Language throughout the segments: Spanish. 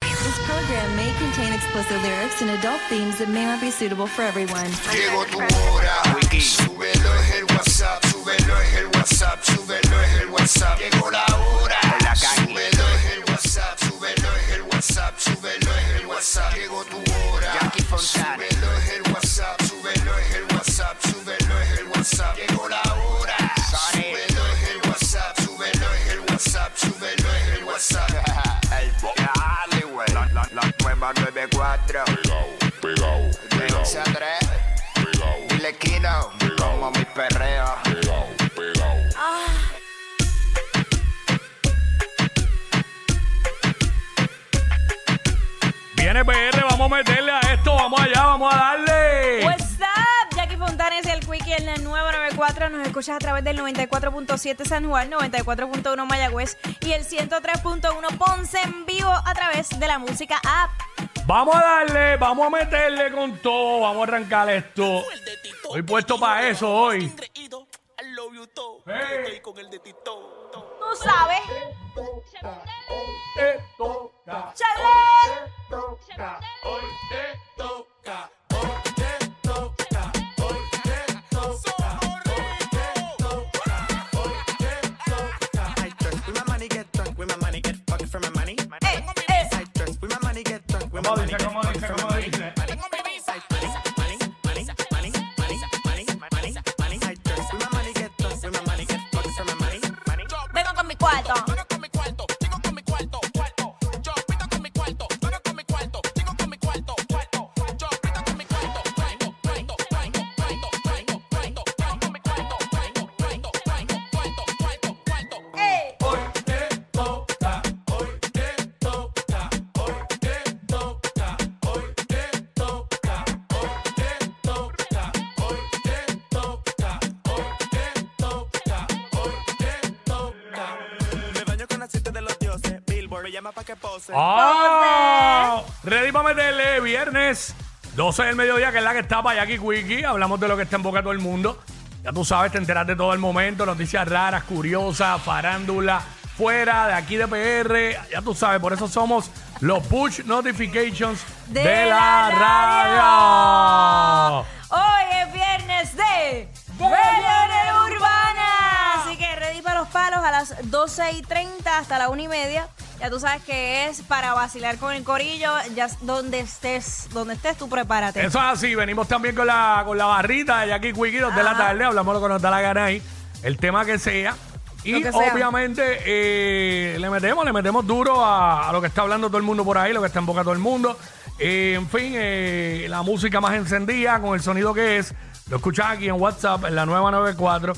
This program may contain explicit lyrics and adult themes that may not be suitable for everyone. Llegó tu hora, súbelo es el WhatsApp, súbelo es el WhatsApp, súbelo es el WhatsApp. Llegó la hora, súbelo es el WhatsApp, súbelo es el WhatsApp, súbelo es el WhatsApp. Llegó tu hora, súbelo es el WhatsApp, súbelo es el WhatsApp, súbelo es el WhatsApp. Llegó la hora, súbelo es el WhatsApp, súbelo es el WhatsApp, súbelo es el WhatsApp. El Dale, güey. La, la, la nueva 94. pegao, De 11 a 3. pegao, Dile Kino. Como mi perreo. pegao, pegao. Viene PR, vamos a meterle a esto, vamos allá, vamos a darle. What's up? Jackie Fontanes y el Quickie en la nueva 94. Nos escuchas a través del 94.7 San Juan, 94.1 Mayagüez y el 103.1 Ponce en vivo a través de la música app. Vamos a darle, vamos a meterle con todo, vamos a arrancar esto. Estoy puesto para eso hoy. Hey. Tú sabes. Te toca, Chalet. toca, hoy te toca, hoy te toca, hoy te toca, hoy te toca, hoy te toca. I dress with my money, get drunk with my money, get fucked for my money. Eh, eh. I dress with my money, get drunk with my Como money, dice, get como fucked dice, for my como money. dice. Money, money, money, money, money, money, money. I dress with my money, get drunk with my money, get fucked for my money. Money. Vengo con mi cuarto. Eh. Me baño con aceite de los dioses. Billboard me llama pa' que pose. ¡Ah! Ready para meterle viernes 12 del mediodía, que es la que está para Jackie Quickie. Hablamos de lo que está en boca de todo el mundo. Ya tú sabes, te enteras de todo el momento, noticias raras, curiosas, farándula, fuera de aquí de PR. Ya tú sabes, por eso somos los push notifications de, la, radio. Hoy es viernes de Verano Urbana. Así que ready para los palos a las 12 y 30 hasta la 1 y media. Ya tú sabes que es para vacilar con el corillo. Ya s- donde estés, donde estés, tú prepárate. Eso es así, venimos también con la, con la barrita de Jackie Quickie, dos de la tarde, hablamos lo que nos da la gana ahí, el tema que sea. Y Lo que sea. obviamente eh, le metemos, le metemos duro a, a lo que está hablando todo el mundo por ahí, lo que está en boca de todo el mundo. Eh, en fin, eh, la música más encendida con el sonido que es. Lo escuchas aquí en WhatsApp, en la nueva 94.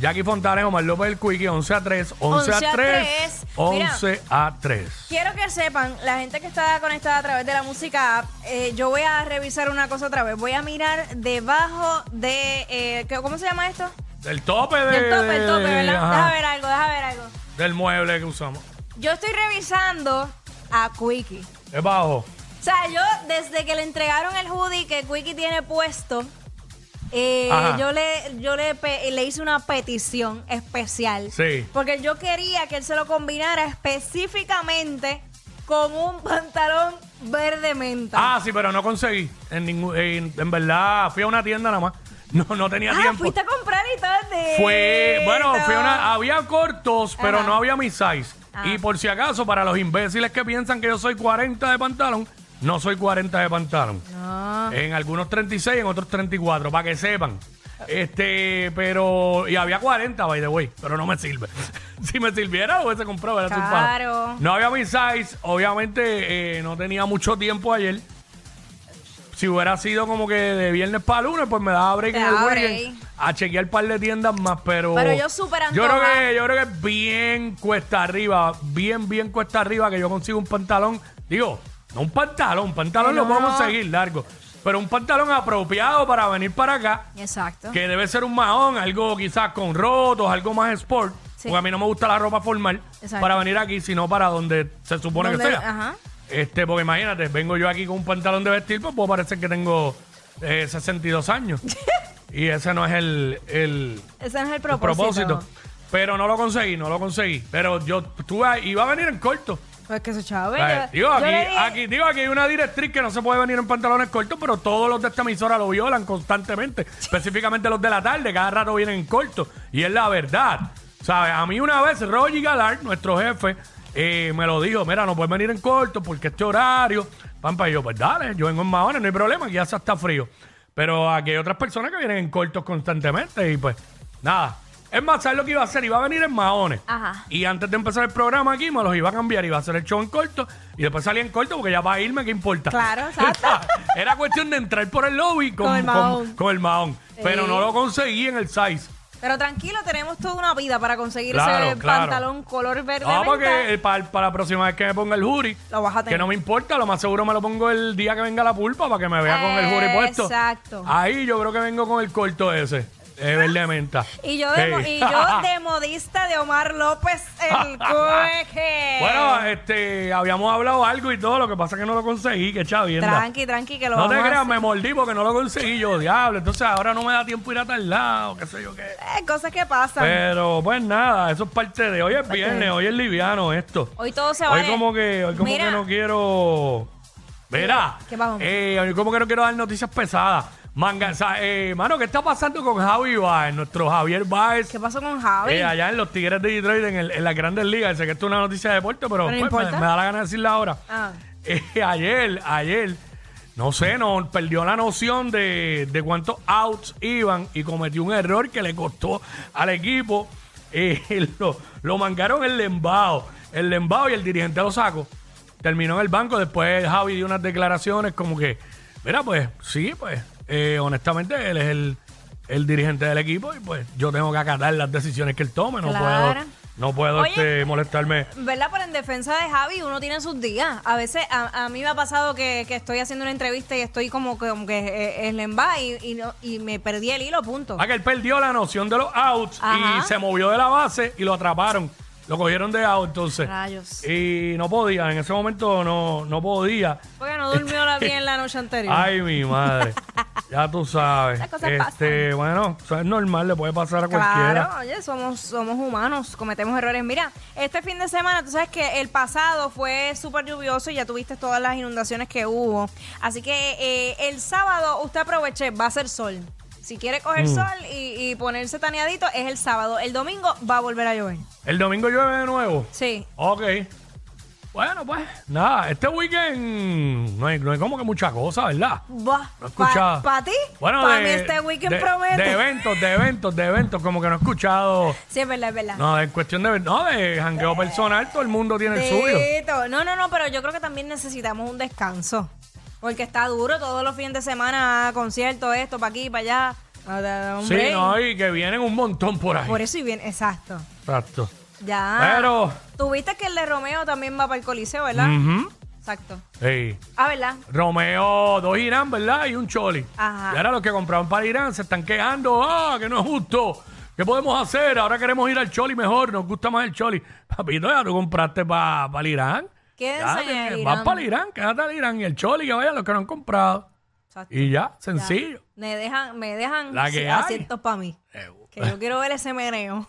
Jackie Fontanes, Omar López del Quickie, 11 a 3, 11, a 3, 11 Mira. a 3. Quiero que sepan, la gente que está conectada a través de la música app, eh, yo voy a revisar una cosa otra vez. Voy a mirar debajo de. eh, ¿qué- ¿Cómo se llama esto? Del tope de... Del tope, el tope, ¿verdad? ajá, Deja ver algo, deja ver algo. Del mueble que usamos. Yo estoy revisando a Quickie. Es bajo. O sea, yo desde que le entregaron el hoodie que Quickie tiene puesto, eh, Ajá. yo le yo le, pe- le hice una petición especial. Sí. Porque yo quería que él se lo combinara específicamente con un pantalón verde menta. Ah, sí, pero no conseguí. En, ningún, en, en verdad, fui a una tienda nada más. No, no tenía Ah, tiempo. fuiste a comprar y todo. Fue, bueno, fui a una, ah. había cortos, pero Ajá. no había mi size. Ah. Y por si acaso, para los imbéciles que piensan que yo soy 40 de pantalón, no soy 40 de pantalón. En algunos 36, en otros 34, para que sepan. Este, pero, y había 40, by the way, pero no me sirve. si me sirviera, lo hubiese comprado, era sin pana. Claro. No había mi size, obviamente eh, no tenía mucho tiempo ayer. Si hubiera sido como que de viernes para lunes, pues me daba break Te en el daba weekend break. a chequear un par de tiendas más, pero. Pero yo súper yo creo antojada. que Yo creo que es bien cuesta arriba, bien, bien cuesta arriba que yo consiga un pantalón. Digo, no un pantalón, un pantalón Ay, lo puedo no. conseguir largo. Pero un pantalón apropiado para venir para acá, Exacto. que debe ser un mahón, algo quizás con rotos, algo más sport. Sí. Porque a mí no me gusta la ropa formal Exacto. para venir aquí, sino para donde se supone que ¿Dónde? sea. Ajá. Este, porque imagínate, vengo yo aquí con un pantalón de vestir, pues puedo parecer que tengo eh, 62 años. y ese no es el, el, Ese no es el el propósito. propósito. Pero no lo conseguí, no lo conseguí. Pero yo estuve ahí, iba a venir en corto. Pues que eso, chavo. A ver, yo- digo, yo aquí, le dije- aquí- digo, aquí hay una directriz que no se puede venir en pantalones cortos, pero todos los de esta emisora lo violan constantemente. Específicamente los de la tarde, cada rato vienen en corto. Y es la verdad. ¿Sabes? A mí una vez Roger Galar, nuestro jefe, eh, me lo dijo, mira, no puedes venir en corto porque este horario, pampa, y yo, pues dale, yo vengo en mahones, no hay problema, aquí ya se está frío. Pero aquí hay otras personas que vienen en cortos constantemente y pues, nada. Es más, ¿sabes lo que iba a hacer? Iba a venir en mahones. Ajá. Y antes de empezar el programa aquí, me los iba a cambiar. Iba a hacer el show en corto y después salía en corto porque ya va a irme, ¿qué importa? Claro, exacto. Era cuestión de entrar por el lobby con, Con el con- mahón. con el mahón. Pero Sí. no lo conseguí en el size. Pero tranquilo, tenemos toda una vida para conseguir Claro, ese claro. pantalón color verde. Ah, menta. porque eh, pa- para, la próxima vez que me ponga el jury, Lo vas a tener. que no me importa, lo más seguro me lo pongo el día que venga la pulpa para que me vea con el jury puesto. Exacto. Ah. Ahí yo creo que vengo con el corto ese, eh, verde menta. Y yo, de, mo- Sí. y yo de modista de Omar López el coje. Bueno, este, habíamos hablado algo y todo, lo que pasa es que no lo conseguí, que chavienda. Tranqui, tranqui, que lo No vamos te a creas, hacer. me mordí porque no lo conseguí yo, diablo. Entonces ahora no me da tiempo ir a tal lado, qué sé yo qué. Eh, cosas que pasan. Pero pues nada, eso es parte de hoy es viernes, hoy es liviano esto. hoy todo se va Hoy como que, hoy como Mira. que no quiero. Verá. ¿Qué pasó? Eh, hoy como que no quiero dar noticias pesadas. Manga, o sea, eh, mano, ¿qué está pasando con Javi Baez? Nuestro Javier Baez. ¿Qué pasó con Javi? Eh, allá en los Tigres de Detroit, en, el- en las grandes ligas. Sé que esto es una noticia de deporte, pero, Pero no pues, me, importa. me da la gana de decirla ahora. Ah. Eh, ayer, ayer, no sé, no, perdió la noción de, de cuántos outs iban y cometió un error que le costó al equipo. Eh, lo, lo mangaron el lembao. El lembao y el dirigente lo sacó. Terminó en el banco. Después Javi dio unas declaraciones como que, mira, pues, sí, pues, eh, honestamente, él es el, el dirigente del equipo y pues yo tengo que acatar las decisiones que él tome. No Claro. puedo, no puedo Oye. este, molestarme. ¿Verdad? Pero en defensa de Javi uno tiene sus días. A veces a, a mí me ha pasado que, que estoy haciendo una entrevista y estoy como que, como que eh, en lemba y, y, no- y me perdí el hilo, punto. Ah, que él perdió la noción de los outs y Ajá. se movió de la base y lo atraparon. Lo cogieron de out, entonces. Rayos. Y no podía, en ese momento no, no podía. Porque no durmió la- bien la noche anterior. Ay, mi madre. ya tú sabes. Esas cosas este, bueno, o sea, es normal, le puede pasar a cualquiera. Claro, oye, somos, somos humanos, cometemos errores. Mira, este fin de semana, tú sabes que el pasado fue súper lluvioso y ya tuviste todas las inundaciones que hubo. Así que eh, el sábado, usted aproveche, va a ser sol. Si quiere coger Mm. sol y, y ponerse taneadito, es el sábado. El domingo va a volver a llover. El domingo llueve de nuevo. Sí. Ok. Bueno, pues, nada, este weekend no hay, no hay como que mucha cosa, ¿verdad? No he escuchado. ¿Para ti? para mí este weekend de- promete. De eventos, de eventos, de eventos, como que no he escuchado. sí, es verdad, es verdad. No, en cuestión de... No, de jangueo personal, todo el mundo tiene el suyo. Tito. No, no, no, pero yo creo que también necesitamos un descanso. Porque está duro todos los fines de semana, conciertos, esto, para aquí, para allá. Ah, da- da un Sí, break. no, y que vienen un montón por ahí. Por e- eso y bien, exacto. Exacto. Ya. Pero... Mm. Tuviste que el de Romeo también va para el Coliseo, ¿verdad? ujú, Exacto. sí. Ah, ¿verdad? Romeo, dos Irán, ¿verdad? Y un Choli. Ajá. Y ahora los que compraron para Irán se están quejando. ¡Ah, que no es justo! ¿Qué podemos hacer? Ahora queremos ir al Choli mejor, nos gusta más el Choli. Papito, ya tú compraste para el Irán. Quédense Ya, en te- el Vas Irán. para el Irán, quédate al Irán. Y el Choli, que vayan los que no han comprado. Exacto. Y ya, sencillo. Me dejan, me dejan La que hay. Eh, asientos para mí. Que yo quiero ver ese meneo.